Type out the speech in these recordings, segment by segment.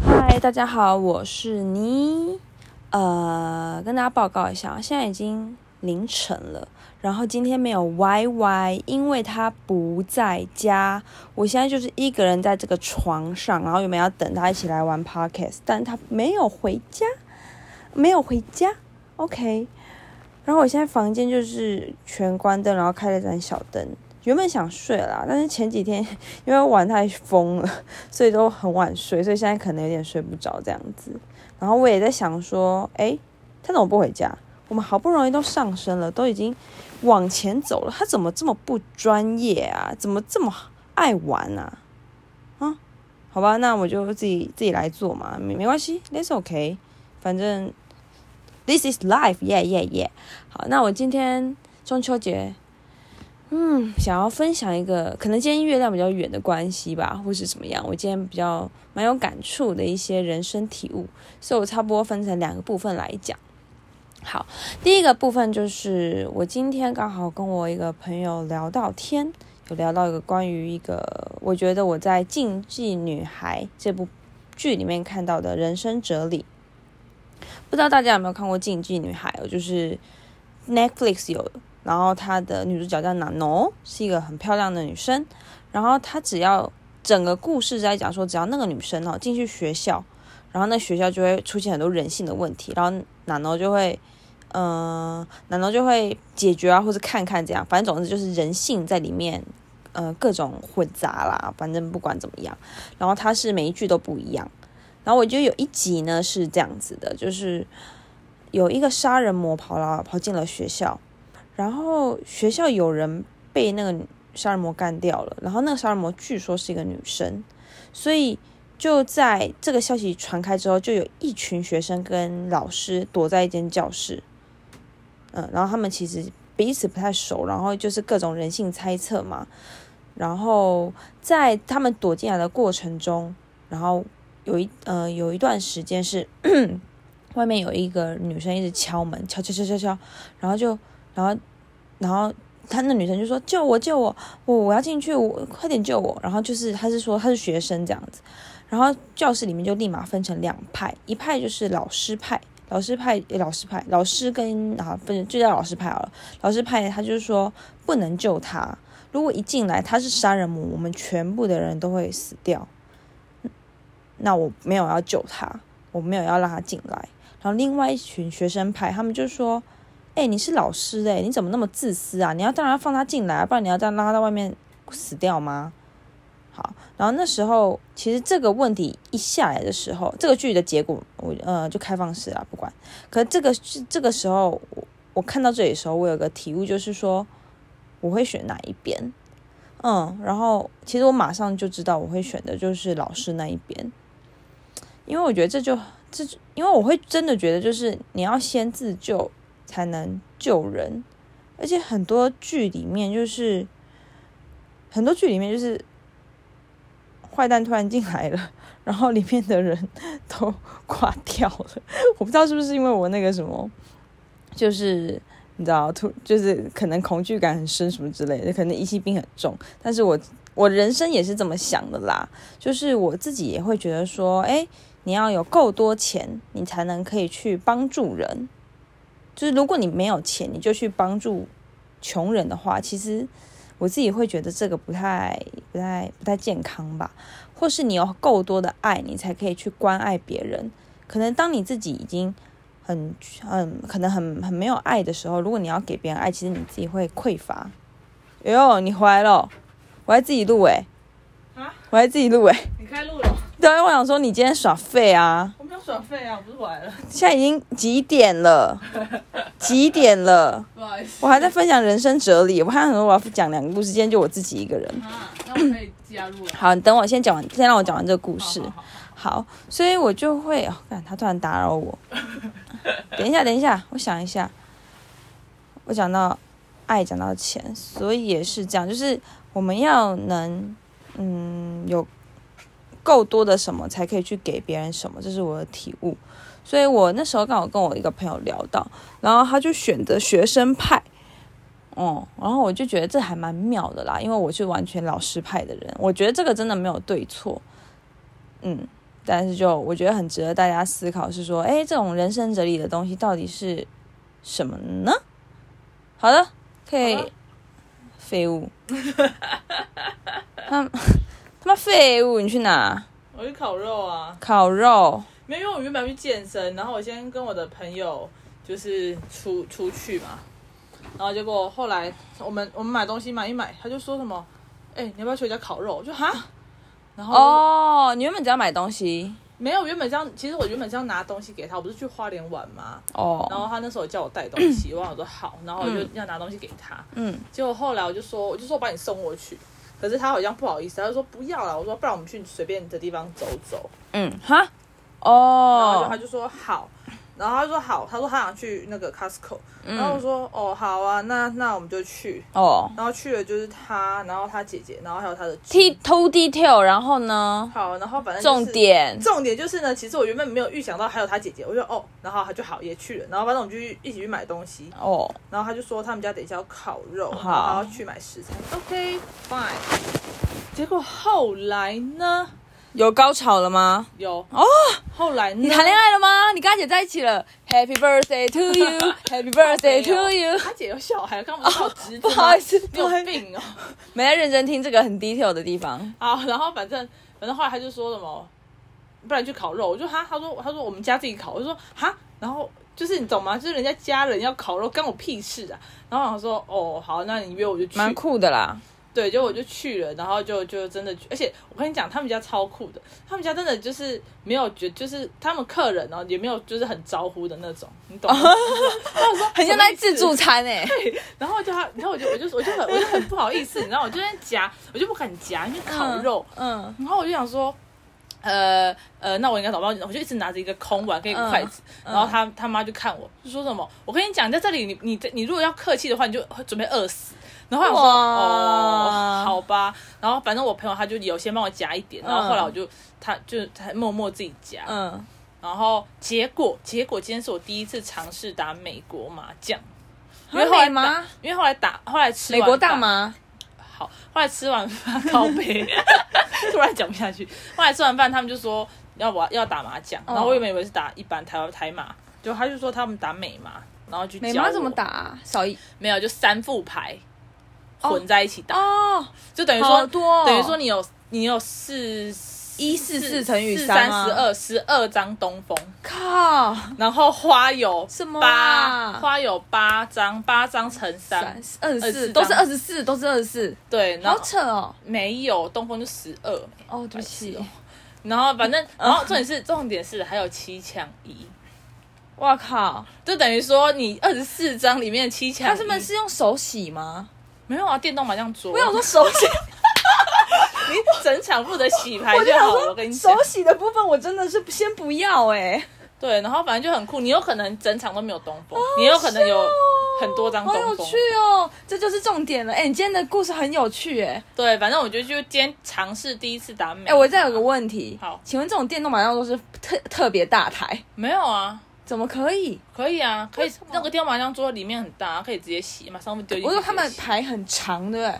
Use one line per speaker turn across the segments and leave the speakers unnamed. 嗨，大家好，我是妮。呃，跟大家报告一下，现在已经凌晨了。然后今天没有 Y Y，因为他不在家。我现在就是一个人在这个床上，然后原本要等他一起来玩 Podcast，但他没有回家，没有回家。OK。然后我现在房间就是全关灯，然后开了盏小灯。原本想睡啦，但是前几天 因为玩太疯了，所以都很晚睡，所以现在可能有点睡不着这样子。然后我也在想说，诶，他怎么不回家？我们好不容易都上升了，都已经往前走了，他怎么这么不专业啊？怎么这么爱玩啊？啊，好吧，那我就自己自己来做嘛，没没关系，that's okay，反正 this is life，yeah yeah yeah。好，那我今天中秋节。嗯，想要分享一个可能今天月亮比较远的关系吧，或是怎么样，我今天比较蛮有感触的一些人生体悟，所以我差不多分成两个部分来讲。好，第一个部分就是我今天刚好跟我一个朋友聊到天，有聊到一个关于一个我觉得我在《竞技女孩》这部剧里面看到的人生哲理。不知道大家有没有看过《竞技女孩》哦，就是 Netflix 有然后她的女主角叫 Nano，是一个很漂亮的女生。然后她只要整个故事在讲说，只要那个女生哦进去学校，然后那学校就会出现很多人性的问题，然后 Nano 就会，嗯、呃、，Nano 就会解决啊，或者看看这样，反正总之就是人性在里面，呃，各种混杂啦，反正不管怎么样。然后它是每一句都不一样。然后我觉得有一集呢是这样子的，就是有一个杀人魔跑了跑进了学校，然后学校有人被那个杀人魔干掉了，然后那个杀人魔据说是一个女生，所以就在这个消息传开之后，就有一群学生跟老师躲在一间教室，嗯，然后他们其实彼此不太熟，然后就是各种人性猜测嘛，然后在他们躲进来的过程中，然后有一呃有一段时间是 外面有一个女生一直敲门，敲敲敲敲敲，然后就然后然后她那女生就说救我救我我我要进去我快点救我，然后就是她是说她是学生这样子，然后教室里面就立马分成两派，一派就是老师派。老师派，诶老师派，老师跟啊，不是就叫老师派好了。老师派他就是说不能救他，如果一进来他是杀人魔，我们全部的人都会死掉。那我没有要救他，我没有要让他进来。然后另外一群学生派，他们就说：“哎、你是老师哎、你怎么那么自私啊？你要当然要放他进来啊，不然你要这样让他到外面死掉吗？”好，然后那时候其实这个问题一下来的时候，这个剧的结果我呃就开放式啦，不管。可这个是这个时候，我我看到这里的时候，我有个体悟，就是说我会选哪一边。嗯，然后其实我马上就知道我会选的就是老师那一边，因为我觉得这就这就，因为我会真的觉得就是你要先自救才能救人，而且很多剧里面就是很多剧里面就是坏蛋突然进来了， 然后里面的人都挂掉了， 我不知道是不是因为我那个什么，就是。你知道，突就是可能恐惧感很深什么之类的，可能疑心病很重。但是我我人生也是这么想的啦，就是我自己也会觉得说，哎，你要有够多钱，你才能可以去帮助人。就是如果你没有钱，你就去帮助穷人的话，其实我自己会觉得这个不太、不太、不太健康吧。或是你有够多的爱，你才可以去关爱别人。可能当你自己已经很、很、可能很、很没有爱的时候，如果你要给别人爱，其实你自己会匮乏。哎呦，你回来了，我还自己录哎、
啊
我还自己录哎、
你开录了，
对啊，我想说你今天耍废啊！
我没有耍废啊，我不是回来了，
现在已经几点了？几点了？
不好意思。
我还在分享人生哲理，我还想说我要讲两个故事，今天就我自己一个人。
啊，那我可以加入了。
好，你等我先讲完，先让我讲完这个故事
好。好好
好，所以我就会，哦，看他突然打扰我。等一下，等一下，我想一下。我讲到爱，讲到钱，所以也是这样，就是我们要能，嗯，有够多的什么，才可以去给别人什么，这是我的体悟。所以我那时候刚好跟我一个朋友聊到，然后他就选择学生派，嗯，然后我就觉得这还蛮妙的啦，因为我是完全老师派的人，我觉得这个真的没有对错，嗯，但是就我觉得很值得大家思考，是说，哎，这种人生哲理的东西到底是什么呢？好的，可以
好的，
废物， 他他妈废物，你去哪？
我去烤肉啊，
烤肉，
没有，因为我原本要去健身，然后我先跟我的朋友就是出出去嘛，然后结果后来我们我们买东西买一买，他就说什么，哎、你要不要去我家烤肉？我就哈，然后
哦，你原本只要买东西，
没有，原本这样，其实我原本这样拿东西给他，我不是去花莲玩吗？然
哦，
后他那时候叫我带东西，我想说好，然后我就要拿东西给他，
嗯，
结果后来我就说，我就说我把你送过去，可是他好像不好意思，他就说不要了，我说不然我们去随便的地方走走，
嗯，哈，
然后就他
哦，
就说好，然后他就说好，他说他想去那个 Costco，然后我
嗯，
说哦好啊，那那我们就去，
哦
然后去了就是他，然后他姐姐，然后还有他的
，T 偷 detail，然后呢？
好，然后反正、就是、
重点，
重点就是呢，其实我原本没有预想到还有他姐姐，我就哦，然后他就好也去了，然后反正我们就一起去买东西，
哦，
然后他就说他们家等一下要烤肉，
好
然后要去买食材，OK fine。结果后来呢？
有高潮了吗？
有哦，后来呢
你谈恋爱了吗？你跟他姐在一起了？Happy birthday to you，Happy birthday to
没
you。
他姐有小孩，刚不是要侄子
不
吗
好意思
你有病哦。
没在认真听这个很 detail 的地方。
好，然后反正反正后来他就说什么，不然去烤肉，我就哈，他说他说我们家自己烤，我就说哈，然后就是你懂吗？就是人家家人要烤肉，干我屁事啊！然后我想说哦好，那你约我就去，
蛮酷的啦，
对，就我就去了，然后就就真的去，而且我跟你讲，他们家超酷的，他们家真的就是没有觉，就是他们客人哦也没有就是很招呼的那种，你懂吗？然后我说
很像在自助。餐哎、
然后就他，然后我就我就我就很我就很不好意思，你知道，我就在那夹，我就不敢夹，因为烤肉，
嗯，
然后我就想说，呃呃，那我应该找不到你，我就一直拿着一个空碗跟一个筷子，
嗯
然后他他妈就看我，就说什么，我跟你讲，你在这里你你你如果要客气的话，你就准备饿死。然后我想说，
哇
哦，好吧。然后反正我朋友他就有先帮我夹一点，然后后来我就他就他默默自己夹，
嗯，
然后结果结果今天是我第一次尝试打美国麻将。
因
因为
为
后来
美
打
吗？？
因为后来打，后来吃完
美国大
饭
吗？
好，后来吃完饭靠 背，突然讲不下去。后来吃完饭，他们就说要我要打麻将，
哦
然后我原本以为是打一般台台麻，就他就说他们打美麻，然后就
美
教
吗
我
怎么？打、啊？少一
没有，就三副牌混在一起打，
哦，
就等于
好
说
多、哦，
等于说你有你有四
一四四乘以
三
三吗
十二十二张东风，
靠
然后花有
什么
八
啊
花有八张，八张乘
三
三，
二十四
24
都是
张
二十四，都是二十四，
对，然
好
后
扯哦。
没有东风就十二。
哦，对不
白痴
起
哦，然后反正，
嗯
然后重点是重点是还有七抢一，
哇靠！
就等于说你二十四张里面的七抢一，
他们是用手洗吗？
没有啊？电动麻将桌，
我想说手洗，
你整场负责洗牌
哎我就
就
想
好了。我跟
说
你讲
手，洗的部分我真的是先不要哎、
对，然后反正就很酷，你有可能整场都没有东
哦
风，你有可能有很多张
好
东
有
风
趣。哦，这就是重点了。哎、你今天的故事很有趣哎、
对，反正我觉得就今天尝试第一次打美。
哎、我再有个问题，
好
请问这种电动麻将都是特特别大台，
没有啊？
怎么可以？
可以啊，可
为
以
什么。
那个电动麻将桌里面很大，可以直接洗，马上丢进去直接洗。
我说他们哦牌很长，对不对？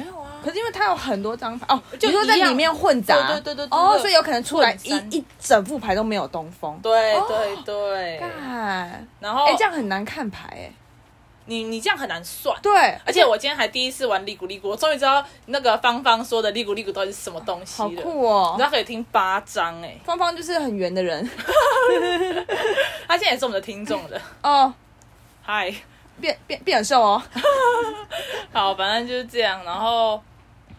没有啊，
可是因为它有很多张牌哦，
就
你说在
一样
里面混杂，
对对对对对
哦，
对
所以有可能出来
混
一
三
一整副牌都没有东风。
对哦对对。
干，哎、
然后
这样很难看牌哎、
你你这样很难算。
对，
而且我今天还第一次玩利古利古，我终于知道那个芳芳说的利古利古到底是什么东西
好
了。
酷哦
你知。道可以听八张哎、
芳芳就是很圆的人
他现在也是我们的听众了。
哦，
嗨，
变变变很瘦哦。
好，反正就是这样。然后，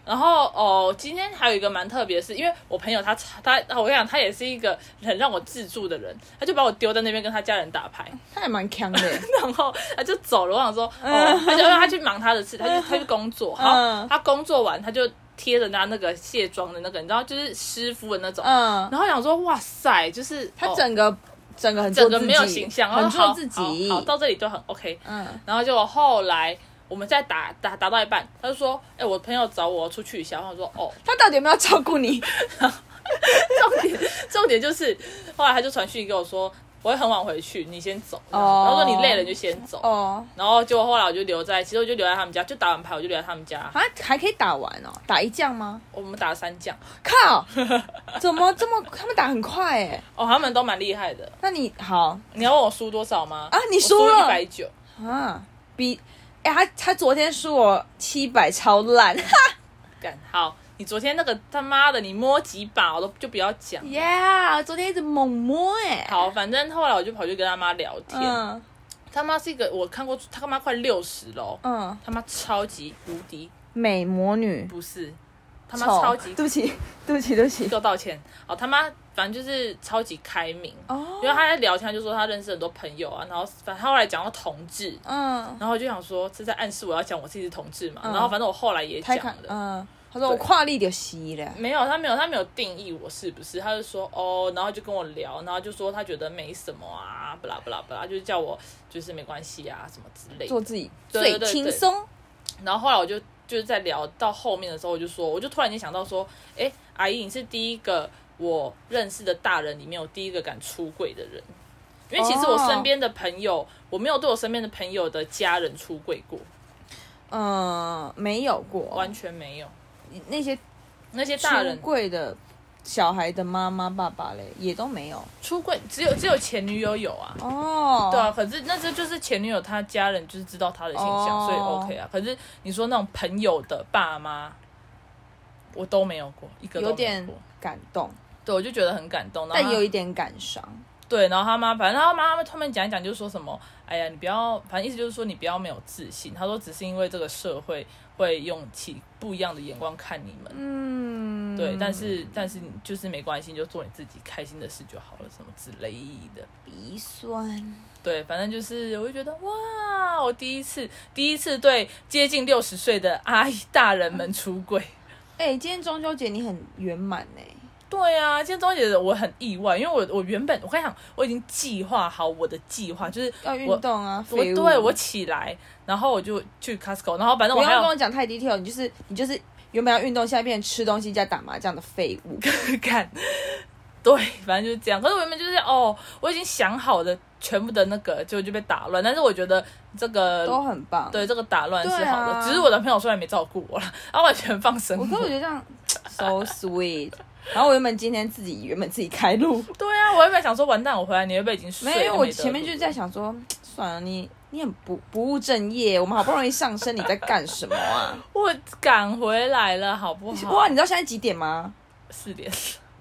然后哦，今天还有一个蛮特别的事，因为我朋友他他我跟你讲，他也是一个很让我自助的人，他就把我丢在那边跟他家人打牌，
他也蛮强的耶，
然后他就走了。我想说，哦，他就他去忙他的事，他就他去工作。好，
嗯
他工作完他就贴着他那个卸妆的那个，你知道，就是湿敷的那种。
嗯，
然后想说，哇塞，就是
他
哦
整个、整个很做
整
自己
个没有形象，
很
然后
做
好
自己
好，好，到这里就很 OK。
嗯，
然后结果后来我们再打打打到一半，他就说，哎、我朋友找我出去一下，然后我说，哦，
他到底有没有照顾你？
重点重点就是，后来他就传讯给我说，我会很晚回去，你先走。然
哦
后说你累了你就先走。
哦，
然后就后来我就留在，其实我就留在他们家，就打完牌我就留在他们家。
啊，还可以打完哦，打一将吗？
我们打了三将，
靠，怎么这么他们打很快哎？
哦，他们都蛮厉害的。
那你好
你要问我输多少吗？
啊你输
输
了
一百九，
啊，比哎、他他昨天输我七百，超烂，
干好。你昨天那个他妈的，你摸几把我都就不要讲。
yeah，昨天一直猛摸哎、
好，反正后来我就跑去跟他妈聊天，
嗯
他妈是一个我看过，他妈快六十喽，
嗯，
他妈超级无敌，
美魔女，
不是，他
他
妈超级
对不起，对不起，对不起
给，我道歉。哦，他妈反正就是超级开明，
哦
因为他在聊天他就说他认识很多朋友啊，然后反正他后来讲到同志，
嗯，
然后我就想说这在暗示我要讲我自己是同志嘛，
嗯
然后反正我后来也讲
太看
了。
嗯，他说我
对
跨力就吸了，
没有，他没有，他没有定义我是不是，他就说哦，然后就跟我聊，然后就说他觉得没什么啊，不啦不啦不啦，就是叫我就是没关系啊什么之类的。
做自己
对
最
对对
轻
对
松，
然后后来我就就是在聊到后面的时候，我就说，我就突然间想到说，哎，阿姨，你是第一个我认识的大人里面，我第一个敢出柜的人。因为其实我
哦
身边的朋友我没有对我身边的朋友的家人出柜过，
嗯，没有过
完全没有。
那些
那些大
出
人
柜的小孩的妈妈爸爸嘞，也都没有
出柜，只有只有前女友有啊。
哦。
对啊，可是那这就是前女友，她家人就是知道她的形象，
哦
所以 OK 啊。可是你说那种朋友的爸妈，我都没有过，一个都没
有点
过
感动，
对，我就觉得很感动。然后
但
她
有一点感伤。
对，然后他妈，反正他妈他们讲一讲，就说什么，哎呀，你不要，反正意思就是说你不要没有自信。他说只是因为这个社会会用起不一样的眼光看你们，
嗯，
对，但是但是你就是没关系，你就做你自己开心的事就好了，什么之类的。
鼻酸，
对，反正就是我就觉得哇，我第一次第一次对接近六十岁的阿姨大人们出 轨。
哎、今天中秋节你很圆满呢。
对啊，今天中秋节我很意外，因为我我原本我跟你讲，我已经计划好我的计划，就是
要运
我
动啊，
我
废物
对我起来，然后我就去 Costco，然后反正
不
我
要
还
跟我
有
讲太 detail，你就是你就是原本要运动，现在变成吃东西加打麻将的废物。
干，对，反正就是这样。可是我原本就是哦，我已经想好的全部的那个，结果就被打乱。但是我觉得这
都
个
很棒。
对这个打乱是
对啊
好的，只是我男朋友虽然没照顾我了，他完全放生
我
我。
可是我觉得这样 so sweet。然后我原本今天自己原本自己开路，
对啊，我原本想说完蛋，我回来你会不会已经睡
没有，
了？
因为我
得
前面
录
就是在想说，算了，你你很不不务正业，我们好不容易上升，你在干什么啊？
我赶回来了，好不好？
哇，你知道现在几点吗？
四点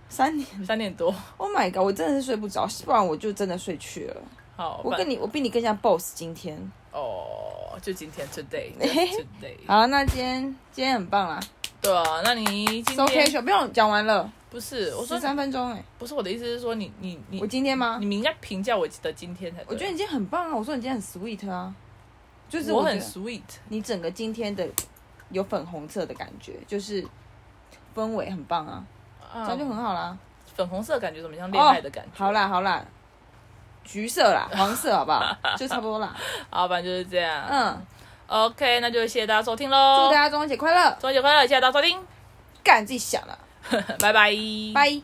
三点
三点多，
，Oh my god，我真的是睡不着，不然我就真的睡去了。
好，
我
反
跟你，我比你更像 boss 今天。
哦，就今天 today
嘿嘿
today，
好，那今天今天很棒啦
对啊，那你今
，so
天
casual，不用讲完了，
不是我说
十三分钟哎、
不是我的意思是说你你你
我今天吗
你？们应该评价我的今天才对。
我觉得你今天很棒啊，我说你今天很 sweet 啊，就是
我
觉
很
得
sweet，
你整个今天的有粉红色的感觉，就是氛围很棒啊，这
啊
样就很好啦。
粉红色的感觉怎么像恋爱的感觉？
好啦好啦，橘色啦，黄色好不好？就差不多啦。
好，反正就是这样。
嗯，
OK，那就谢谢大家收听
祝
喽
大，家中秋节快乐！
中秋节快乐，谢谢大家收听，
干自己想了，
拜拜，
拜。